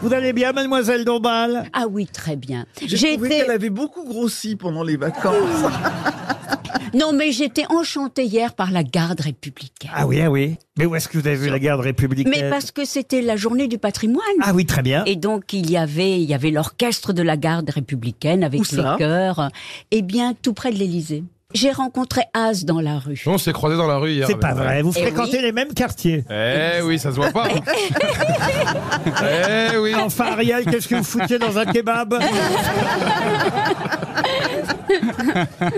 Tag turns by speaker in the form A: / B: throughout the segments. A: Vous allez bien, mademoiselle Dombal
B: Ah oui, très bien.
C: J'ai Ah,
B: J'ai
C: trouvé
B: été...
C: qu'elle avait beaucoup grossi pendant les vacances.
B: Non, mais j'étais enchantée hier par la garde républicaine.
A: Ah oui, ah oui. Mais où est-ce que vous avez vu la garde républicaine
B: Mais parce que c'était la journée du patrimoine.
A: Ah oui, très bien.
B: Et donc il y avait il y avait l'orchestre de la garde républicaine avec
C: Où
B: les
C: ça
B: chœurs. Eh bien, tout près de l'Élysée. J'ai rencontré Az dans la rue.
A: Oh.
D: On s'est croisés dans la rue hier.
A: C'est pas vrai, vous
B: Eh
A: fréquentez
B: oui.
A: les mêmes quartiers.
D: Eh oui, ça se voit pas. eh oui.
A: Enfin, Ariel, qu'est-ce que vous foutiez dans un kebab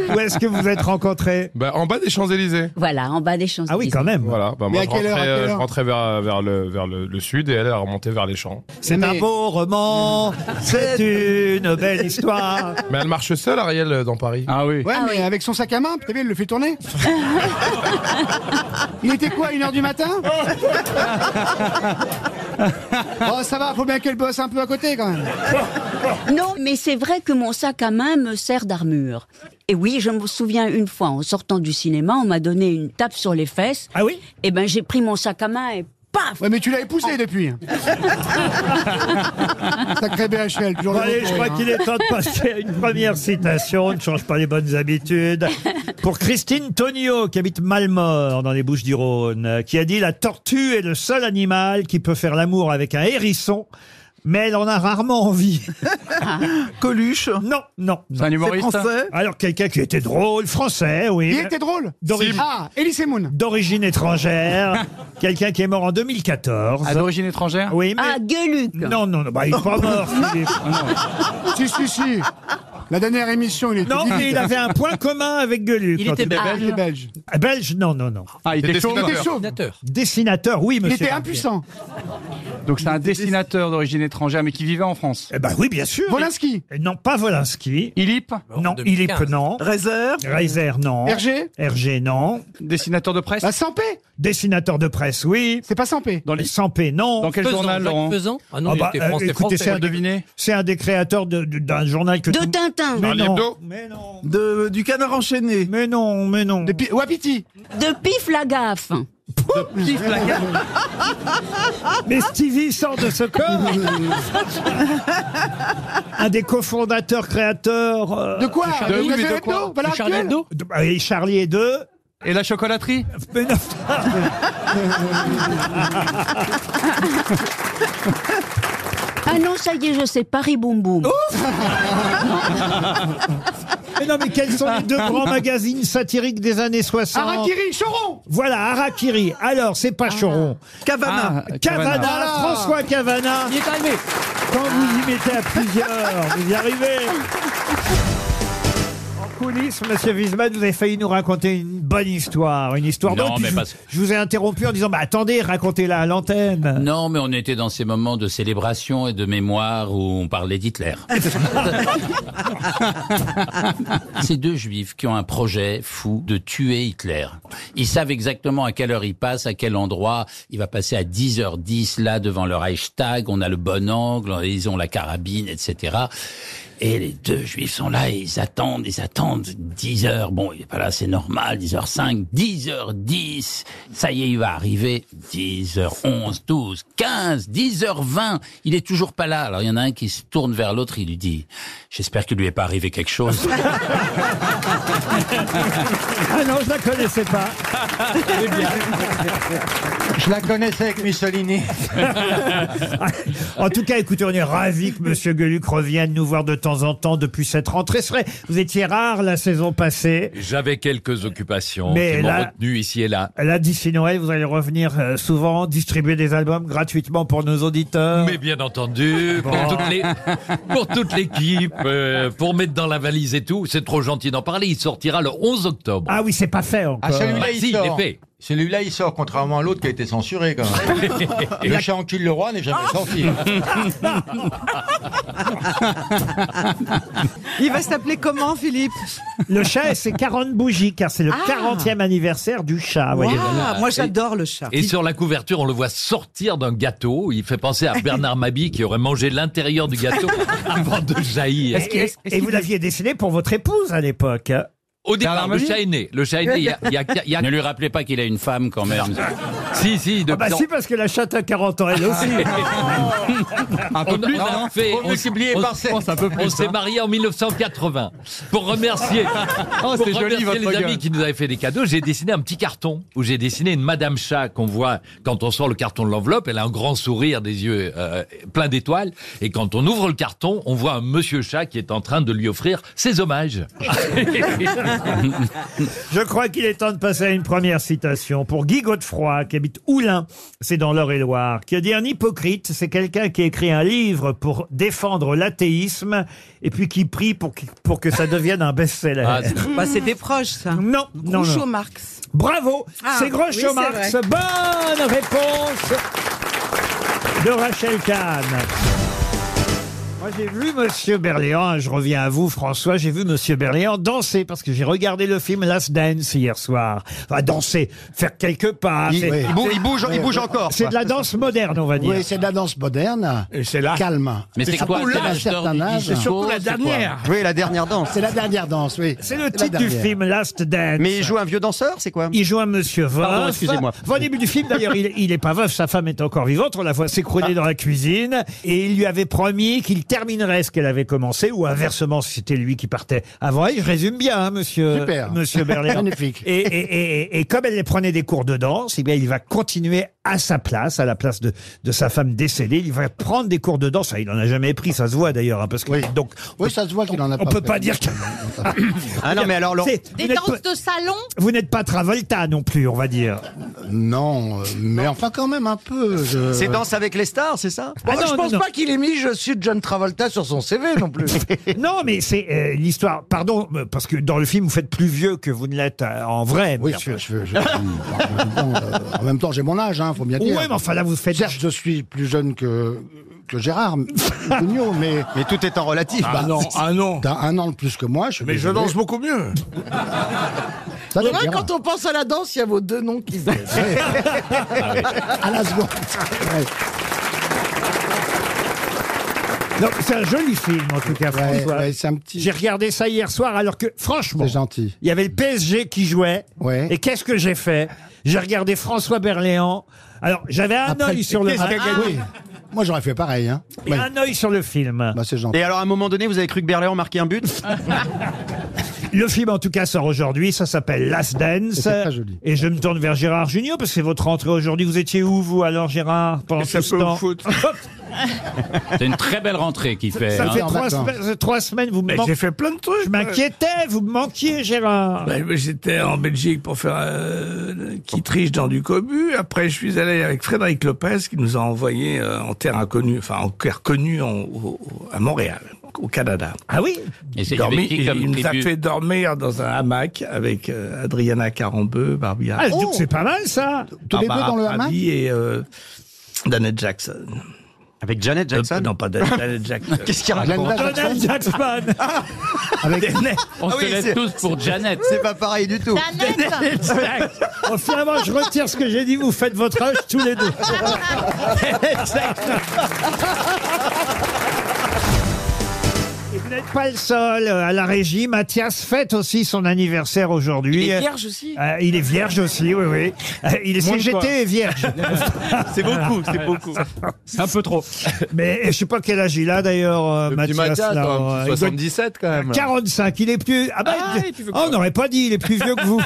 A: Où est-ce que vous êtes rencontrés
D: Bah, en bas des Champs-Élysées.
B: Voilà, en bas des champs
A: Ah oui, quand même.
D: Voilà, bah, moi
E: à
D: je
E: quelle heure, à
D: rentrais,
E: quelle
D: euh, je
E: heure
D: rentrais vers, vers, le, vers le, le sud et elle est remontée vers les champs.
A: C'est un beau roman, c'est une belle histoire.
D: Mais elle marche seule, Ariel, euh, dans Paris.
F: Ah oui.
E: Ouais,
B: Ah
E: mais
B: oui.
E: avec son sac à main, t'as vu, elle le fait tourner. Il était quoi, 1h du matin Bon, Oh, ça va, faut bien qu'elle bosse un peu à côté quand même.
B: Non, mais c'est vrai que mon sac à main me sert d'armure. Et oui, je me souviens une fois, en sortant du cinéma, on m'a donné une tape sur les fesses.
A: Ah oui
B: Eh ben, j'ai pris mon sac à main et paf
E: Ouais, mais tu l'as épousée depuis. Sacré BHL, toujours
A: Bon,
E: le
A: allez,
E: bon
A: je
E: pour
A: crois
E: rien,
A: qu'il
E: hein.
A: est temps de passer à une première citation. On ne change pas les bonnes habitudes. Pour Christine Tonio, qui habite Malmort, dans les Bouches-du-Rhône, qui a dit La tortue est le seul animal qui peut faire l'amour avec un hérisson, mais elle en a rarement envie.
C: Coluche,
A: Non, non. non.
F: C'est un
C: c'est
F: humoriste
C: français.
A: Alors, quelqu'un qui était drôle, français, oui.
E: Il était drôle
A: D'origine-
E: Ah, Elise Moon.
A: D'origine étrangère. quelqu'un qui est mort en 2014.
F: À l'origine étrangère
A: oui, mais.
B: Ah, Gueuluc
A: non, non, non, bah, il est pas mort. Philippe.
E: Si, si, si. La dernière émission, il était
A: Non, mais il avait un point commun avec Gueuluc.
F: Il
A: en
F: était
A: tout cas.
B: Ah,
F: belge.
E: Il est belge.
A: Belge, non, non, non.
F: Ah, il
D: C'était
F: était chaud.
E: Il
D: Dessinateur.
E: était chauve.
A: Dessinateur, oui,
E: Il
A: monsieur.
E: était
A: Barbier.
E: impuissant.
F: Donc c'est un dessinateur d'origine étrangère, mais qui vivait en France.
A: Eh ben oui, bien sûr.
E: Volinsky.
A: Non, pas Volinsky.
F: Ilip,
A: Non, Ilip, non.
C: réserve.
A: Reiser, non.
E: Hergé
A: Hergé, non.
F: dessinateur de presse.
E: Bah, sans paix.
A: Dessinateur de presse, oui.
E: C'est pas sans paix.
F: Dans les...
A: Sampé, non.
F: Dans quel journal, Laurent
G: Ah non,
A: Ah
G: il
A: bah,
G: était
A: euh,
G: français,
A: écoutez,
G: français.
A: c'est un,
G: Ouais.
F: Devinez.
A: c'est un des créateurs de- de- d'un journal que...
B: De
A: tout-
B: Tintin,
A: mais,
D: Charlie
A: non,
D: Hebdo.
A: mais non.
C: De, du canard enchaîné.
A: Mais non, mais non.
E: De Pi- Wapiti.
B: de Pif la gaffe.
A: Mais Stevie sort de ce corps. un des cofondateurs, créateurs... euh,
E: De quoi
F: De oui,
E: De
F: mais de
E: Charlie
F: quoi
E: Hebdo Valère
G: De Charlie
E: Actuel
G: Hebdo
A: de- bah, et Charlie et deux.
F: Et la chocolaterie
A: Mais non.
B: Ah non, ça y est, je sais, Paris Boum Boum.
H: Oh,
A: Mais non, mais quels sont les deux grands magazines satiriques des années 60
E: Harakiri, Choron
A: Voilà, Harakiri. Alors, c'est pas Choron.
C: Cavana.
F: Ah,
A: Cavana,
E: Cavana.
A: François Cavana.
G: Il est arrivé.
A: Quand vous y mettez à plusieurs, vous y arrivez. En coulisses, Monsieur Wiesmann, vous avez failli nous raconter une bonne histoire, une histoire.
I: Non,
A: dont
I: mais
A: je,
I: parce-
A: je vous ai interrompu en disant, bah attendez, racontez-la à l'antenne.
I: Non, mais on était dans ces moments de célébration et de mémoire où on parlait d'Hitler. Ces deux juifs qui ont un projet fou de tuer Hitler. Ils savent exactement à quelle heure il passe, à quel endroit. Il va passer à 10h10 là devant le Reichstag. On a le bon angle, ils ont la carabine, etc. Et les deux juifs sont là et ils attendent, ils attendent 10 heures. Bon, il est pas là, c'est normal, 10h05, 10h10. Ça y est, il va arriver. 10h11, 12, 15, 10h20. Il est toujours pas là. Alors il y en a un qui se tourne vers l'autre, il lui dit, j'espère qu'il lui est pas arrivé quelque chose.
A: Ah non, je la connaissais pas.
J: Je la connaissais avec Mussolini.
A: En tout cas, écoutez, on est ravis que Monsieur Gueluc revienne nous voir de temps en temps depuis cette rentrée. C'est vrai, vous étiez rare la saison passée.
K: J'avais quelques occupations
A: Mais
K: qui m'ont
A: là-
K: retenu ici et là.
A: Là, d'ici Noël, vous allez revenir euh, souvent, distribuer des albums gratuitement pour nos auditeurs.
K: Mais bien entendu, pour toutes les- pour toute l'équipe, euh, pour mettre dans la valise et tout, c'est trop gentil d'en parler. Il sortira le 11 octobre.
A: Ah oui, c'est pas fait
J: Ah,
A: encore.
J: celui-là,
K: Bah
J: il
K: si, il
J: sort.
K: est fait.
J: Celui-là, il sort, contrairement à l'autre qui a été censuré, quand même. le chat encule le roi n'est jamais
K: Ah.
J: sorti.
C: Il va s'appeler comment, Philippe
A: Le chat, c'est 40 bougies, car c'est le 40e anniversaire du chat. voyez
C: Ah, Moi, j'adore le chat.
K: Et sur la couverture, on le voit sortir d'un gâteau. Il fait penser à Bernard Mabie qui aurait mangé l'intérieur du gâteau avant de jaillir.
A: Et, et vous l'aviez dessiné pour votre épouse à l'époque. hein.
K: Au départ,
L: Bernard
K: le
L: Mabille
K: chat aîné. Le chat aîné, il y a- il y a. il y a-
I: Ne lui rappelez pas qu'il a une femme quand même.
K: Si, si, de
A: Ah bah
K: non.
A: si, parce que la chatte a 40 ans elle aussi.
L: Un peu
K: On,
L: plus,
K: on
L: hein.
K: a fait,
J: on multiplie
K: on-
J: par sept.
L: pense un peu
K: on
L: plus.
K: s'est
L: hein.
K: marié en 1980 pour remercier,
L: Oh,
K: pour
L: c'est joli,
K: remercier
L: votre
K: les amis
L: gueule.
K: qui nous avaient fait des cadeaux. J'ai dessiné un petit carton où j'ai dessiné une Madame Chat qu'on voit quand on sort le carton de l'enveloppe. Elle a un grand sourire, des yeux euh, pleins d'étoiles. Et quand on ouvre le carton, on voit un Monsieur Chat qui est en train de lui offrir ses hommages.
A: Je crois qu'il est temps de passer à une première citation pour Guy Godefroy, qui habite Oulin, c'est dans l'Eure-et-Loire, qui a dit un hypocrite, c'est quelqu'un qui écrit un livre pour défendre l'athéisme et puis qui prie pour, qu- pour que ça devienne un best-seller.
K: Ah, c'est-
H: Bah, c'est des proches, ça.
A: non, non,
H: Groucho
A: non.
H: Marx.
A: Bravo,
H: Ah,
A: c'est
H: oui,
A: Groucho
H: c'est
A: Marx.
H: vrai.
A: Bonne réponse de Rachel Kahn. Moi, j'ai vu Monsieur Berléand, je reviens à vous, François, j'ai vu Monsieur Berléand danser parce que j'ai regardé le film Last Dance hier soir. Enfin, danser, faire quelques pas.
E: Il-
A: c'est-
E: oui.
A: c'est-
E: Il bouge- il bouge- il bouge
J: encore.
A: C'est de la danse moderne, on va dire.
E: Oui, c'est de la danse moderne.
A: Ah.
D: Et c'est là.
E: Calme.
I: Mais c'est quoi
E: surtout
I: C'est
E: là,
I: l'âge
E: un
I: d'or
E: certain
I: du
E: âge.
I: disco,
E: C'est surtout la
I: c'est quoi
J: Oui, la dernière danse.
E: C'est la dernière danse, oui.
A: C'est le
E: La
A: titre du
E: dernière.
A: film Last Dance.
J: un vieux danseur, c'est quoi
A: Il joue un monsieur veuf.
J: Pardon, excusez-moi.
A: Enfin, Au début du film, d'ailleurs, il, il est pas veuf, sa femme est encore vivante. On la voit s'écrouler dans la cuisine. Et il lui avait promis qu'il terminerait ce qu'elle avait commencé, ou inversement, si c'était lui qui partait avant elle. Je résume bien, hein, monsieur,
E: Super.
A: monsieur Berléand.
E: Magnifique.
A: Et, et- et- et comme elle prenait des cours de danse, eh bien, il va continuer à sa place, à la place de, de sa femme décédée. Il va prendre des cours de danse. Ah, il n'en a jamais pris, ça se voit d'ailleurs. hein, parce que,
E: Oui.
A: donc,
E: Oui, ça se voit qu'il en a
A: on
E: pas.
A: peut
E: fait.
A: pas dire que...
J: Ah non, mais alors, Laurent-
A: C'est- vous
G: Des
A: n'êtes
G: danses
A: pas-
G: de salon
A: vous n'êtes pas Travolta non plus, on va dire.
E: Non, euh, mais enfin quand même un peu. je-
J: c'est danse avec les stars, c'est ça
A: Ah non,
E: je
A: non,
E: pense
A: non.
E: pas qu'il ait mis je suis John Travolta sur son CV non plus.
A: Non, mais c'est euh, l'histoire. Pardon, euh, parce que dans le film, vous faites plus vieux que vous ne l'êtes euh, en vrai,
E: oui,
A: monsieur.
E: enfin, je, je- en même temps, euh, en même temps, j'ai mon âge, hein, faut bien
A: Oui,
E: dire.
A: mais enfin là, vous faites.
E: Certes, je suis plus jeune que, que Gérard Pignot, mais
J: Mais tout est en relatif.
E: bah,
D: ah non.
E: t'as un an de plus que moi. Je suis
D: Mais je
E: désolé.
D: danse beaucoup mieux.
E: Ça veut dire-
H: on pense à la danse, il y a vos deux noms qui
E: Ouais. À la seconde. Ouais.
A: Non, c'est un joli film, en tout cas,
E: Ouais,
A: François.
E: ouais, c'est un petit.
A: J'ai regardé ça hier soir, alors que, franchement,
E: C'est gentil.
A: il y avait le PSG qui jouait.
E: Ouais.
A: Et qu'est-ce que j'ai fait J'ai regardé François Berléand. Alors, j'avais un
E: Après,
A: œil sur le Ah.
E: qu'est-ce
A: match
E: qu'a gagné Moi, j'aurais fait pareil. Hein.
A: et
E: Ouais.
A: un œil sur le film.
E: Bah, c'est gentil.
J: Et alors, à un moment donné, vous avez cru que Berléand marquait un but
A: Le film, en tout cas, sort aujourd'hui. Ça s'appelle Last Dance.
E: c'est très joli.
A: Et je me tourne vers Gérard Junior parce que c'est votre entrée aujourd'hui. Vous étiez où, vous, alors, Gérard, pendant tout ce temps
I: C'est une très belle rentrée qu'il fait.
A: Ça
I: hein.
A: fait
E: Ah, en
A: trois,
E: vacances.
A: semaines- euh, trois semaines, vous me
C: Mais
A: manquez.
C: j'ai fait plein de trucs.
A: Je m'inquiétais, vous me manquiez, Gérard.
C: Ouais, mais J'étais en Belgique pour faire euh, qui triche dans du cobu. Après, je suis allé avec Frédéric Lopez qui nous a envoyé euh, en terre inconnue, enfin en terre connue en- au- au- à Montréal, au Canada.
A: Ah oui
I: Et c'est il y avait
C: Dormi-
I: qui
C: il,
I: comme
C: il nous a
I: tribu
C: fait dormir dans un hamac avec euh, Adriana Carambeu, Barbia,
A: Ah, je dis que c'est pas mal, ça
E: Tous les deux
C: Ah, Barbara
E: dans le hamac
C: Pravi et euh, Janet Jackson.
J: Avec Janet
C: Euh,
J: Jackson
C: non, pas Dan- Janet Jackson.
J: Qu'est-ce qu'il raconte
E: Glenda
C: Ah,
A: Donald
E: Jackson
A: Jackson
E: avec
I: On
J: Ah
I: se
J: oui,
I: lève
J: c'est-
I: tous pour Janet.
J: C'est pas pareil du tout.
G: Danette
A: Oh, Finalement, je retire ce que j'ai dit, vous faites votre âge tous les deux. Et Vous n'êtes pas le seul euh, à la régie. Mathias fête aussi son anniversaire aujourd'hui.
H: est vierge aussi
A: Euh, il est vierge aussi, oui, oui. Euh, il est
D: Moins que toi.
A: CGT et vierge.
D: C'est beaucoup, c'est beaucoup.
L: Un peu trop.
A: Mais euh, je sais pas quel âge il a d'ailleurs, euh,
D: Le petit
A: Mathias.
D: Mathias,
A: là,
D: attends,
A: euh,
D: un
A: il
D: petit
A: doit-
D: 77 quand même.
A: 45, il est plus. Ah bah, il- Oh, on n'aurait pas dit, il est plus vieux que vous.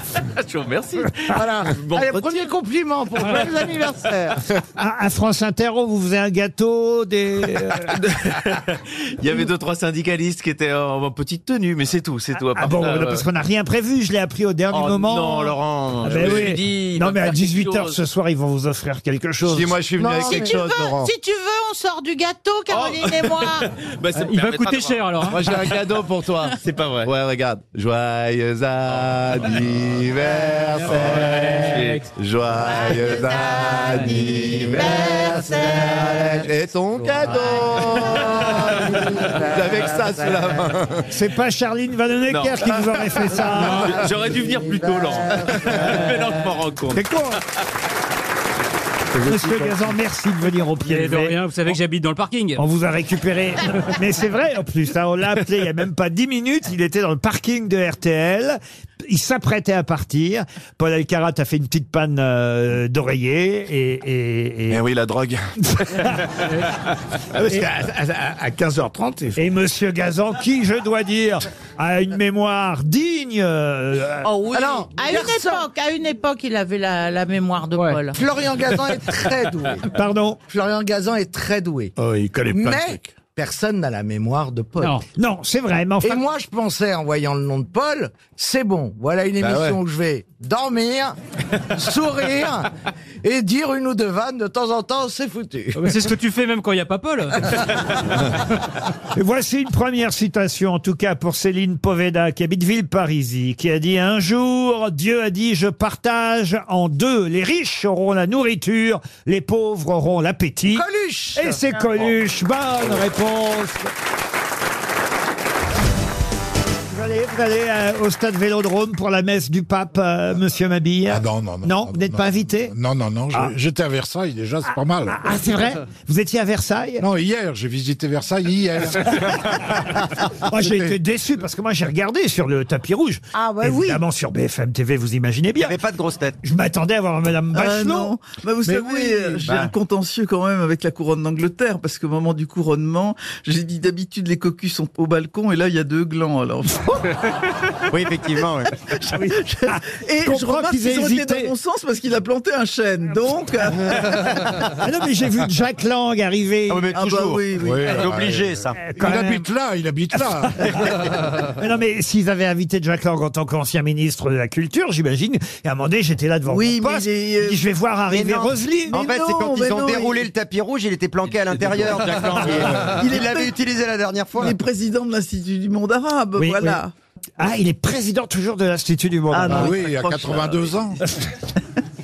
D: Merci.
H: Allez, premier compliment pour les anniversaire.
A: À, à France Inter, on vous faisait un gâteau, des. euh,
C: Il y avait deux trois syndicalistes qui étaient en, petite tenue, mais c'est tout, c'est tout.
A: Ah bon, parce
J: euh,
A: qu'on n'a rien prévu, je l'ai appris au dernier moment.
C: Oh, Laurent.
A: Ah ben
C: je
A: oui.
C: me suis dit, il
A: non,
C: va
A: mais à
C: faire quelque
A: 18h
C: chose.
A: ce soir, ils vont vous offrir quelque chose.
J: Dis-moi, je suis venu
E: Non,
J: avec
E: mais-
J: quelque
G: Si tu
J: chose,
G: veux,
J: Laurent.
G: si tu veux, on sort du
A: Oh.
G: gâteau, Caroline et moi.
C: Bah, ça me
L: Il va
C: permettra
L: coûter
C: de-
L: cher alors. hein.
J: Moi, j'ai un cadeau pour toi.
C: C'est pas vrai.
J: Ouais, regarde. Joyeux anniversaire. Joyeux anniversaire. Et ton cadeau. Avec ça sous la main.
A: C'est pas Charline Vanhoenacker qui vous aurait fait ça.
C: J'aurais dû venir plus tôt, Laurent. Mais non, je m'en rends compte.
A: C'est con. hein. Monsieur Gazan, merci de venir au pied
M: Mais de
A: levé.
M: rien, vous savez que j'habite dans le parking.
A: On vous a récupéré. Mais c'est vrai, en plus, hein, on l'a appelé il n'y a même pas 10 minutes. Il était dans le parking de RTL. Il s'apprêtait à partir. Paul Alcarat a fait une petite panne euh, d'oreiller. Et, et, Eh oui, la drogue.
N: Ah, parce qu'à- à, 15h30,
A: Et Monsieur Gazan, qui, je dois dire, a une mémoire digne. euh,
O: Alors, à une époque, à une époque, il avait la, la mémoire de Paul.
F: Florian Gazan est très doué.
A: Pardon
F: Florian Gazan est très doué.
N: Oh, il connaît plein de
F: Mais personne n'a la mémoire de Paul.
A: Non. Non, c'est vrai, mais enfin-
F: Et moi, je pensais, en voyant le nom de Paul, c'est bon, voilà une
N: Bah
F: émission
N: ouais.
F: où je vais dormir, sourire, et dire une ou deux vannes de temps en temps, c'est foutu.
M: Ah, Mais C'est ce que tu fais même quand il n'y a pas Paul.
A: Et voici une première citation, en tout cas pour Céline Poveda, qui habite Villeparisis, qui a dit Un jour, Dieu a dit Je partage en deux. Les riches auront la nourriture, les pauvres auront l'appétit.
F: Coluche
M: Eh,
A: Et c'est Coluche. Bonne réponse Vous allez, vous allez, euh, au stade Vélodrome pour la messe du pape, euh, monsieur Mabille Ah non, non, non. Non, vous n'êtes pas invité
E: Non, non, non, je- j'étais à Versailles déjà, c'est pas mal.
A: Ah, c'est vrai Vous étiez à Versailles
E: Non, hier, j'ai visité Versailles hier.
A: Moi, j'ai été déçu parce que moi, j'ai regardé sur le tapis rouge.
C: Ah, ouais, oui.
A: Évidemment, sur BFM TV, vous imaginez bien. Il n'y avait pas de grosse tête. Je m'attendais à voir Madame
C: Ah
A: Bachelot.
C: non, Bah, vous
A: Mais
C: savez,
A: oui.
C: euh, j'ai
A: Bah.
C: un contentieux quand même avec la couronne d'Angleterre, parce qu'au moment du couronnement, j'ai dit d'habitude les cocus sont au balcon, et là il y a deux glands. Alors.
I: Oui, effectivement. ouais.
C: et
A: comprends
C: je remarque
A: qu'ils aient
C: qu'ils ont été
A: hésité.
C: dans mon sens parce qu'il a planté un chêne. Donc.
A: Ah non, mais j'ai vu Jack Lang arriver.
C: Ah oui, mais Ah bah toujours. oui, oui. C'est obligé, ça.
A: quand
E: il
A: même.
E: habite là, il habite là.
A: Mais non, mais s'ils avaient invité Jack Lang en tant qu'ancien ministre de la Culture, j'imagine. Et à un moment donné, j'étais là devant
C: Oui,
A: mon
C: mais
A: poste.
C: il est, euh,
A: je dis, je vais voir arriver
C: mais non.
A: Roselyne.
C: Mais
I: En fait, c'est
C: non,
I: quand
C: mais
I: ils ont
C: non,
I: déroulé
C: il-
I: le tapis rouge, il était planqué à l'intérieur, Jack Lantier.
C: est
I: Il l'avait utilisé la dernière fois.
C: Il est président de l'Institut du monde arabe,
A: Oui,
C: voilà.
A: oui. Ah, il est président toujours de l'Institut du monde.
C: Ah,
A: arabe.
C: non, il s'accroche, euh,
A: ans.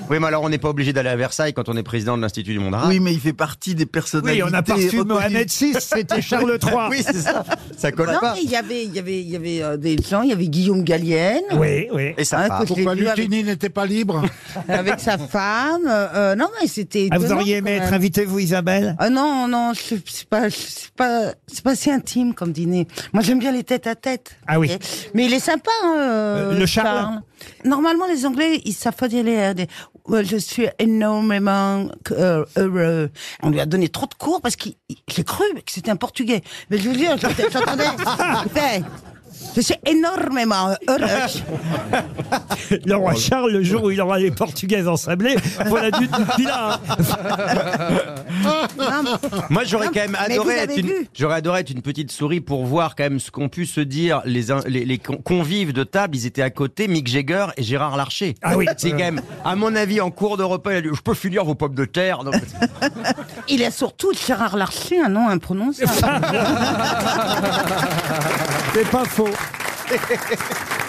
I: Oui, mais alors on n'est pas obligé d'aller à Versailles quand on est président de l'Institut du Monde Arabe.
C: Oui, mais il fait partie des personnalités.
A: Ah. Oui, on a pas reçu
C: reconnues.
A: Mohamed VI, c'était Charles III.
I: Oui, c'est ça. Ça
A: Bah,
I: colle
B: Non,
I: pas.
B: mais il y avait, il y avait, il y avait euh, des gens, il y avait Guillaume Gallienne.
A: Oui, oui.
I: Et ça
B: Hein,
I: part.
B: faut que je l'ai
E: Pourquoi
B: vu avec-
E: Lutini n'était pas libre
B: Avec sa femme. euh, euh, non, mais c'était.
A: Ah, vous
B: étonnant,
A: auriez
B: quand
A: aimé être
B: même.
A: invité, vous, Isabelle
B: Ah non, non, c'est c'est pas, c'est pas, c'est pas assez intime comme dîner. Moi, j'aime bien les têtes à tête.
A: Ah oui.
B: Mais il est sympa. hein,
A: Euh, le Charles
B: Normalement, les Anglais, ils savent pas dire les. euh, des- Ouais, je suis énormément euh, heureux. On lui a donné trop de cours parce que j'ai cru que c'était un Portugais. Mais je veux dire, j'entendais- j'entendais. Putain, Je suis énormément heureux.
C: Ah.
A: Le roi Charles, le jour où il aura les Portugaises ensablées, voilà du du là.
I: Moi, j'aurais quand même
B: mais
I: adoré
B: vous
I: être
B: avez
I: une,
B: vu.
I: j'aurais adoré être une petite souris pour voir quand même ce qu'on pu se dire. Les, uns- les, les con- convives de table, ils étaient à côté, Mick Jagger et Gérard Larcher.
A: Ah oui.
I: C'est quand même, à mon avis, en cours de repas, il a dit, je peux finir vos pommes de terre. Non, mais-
B: Il a surtout Gérard Larcher, un nom imprononçable.
A: C'est pas faux.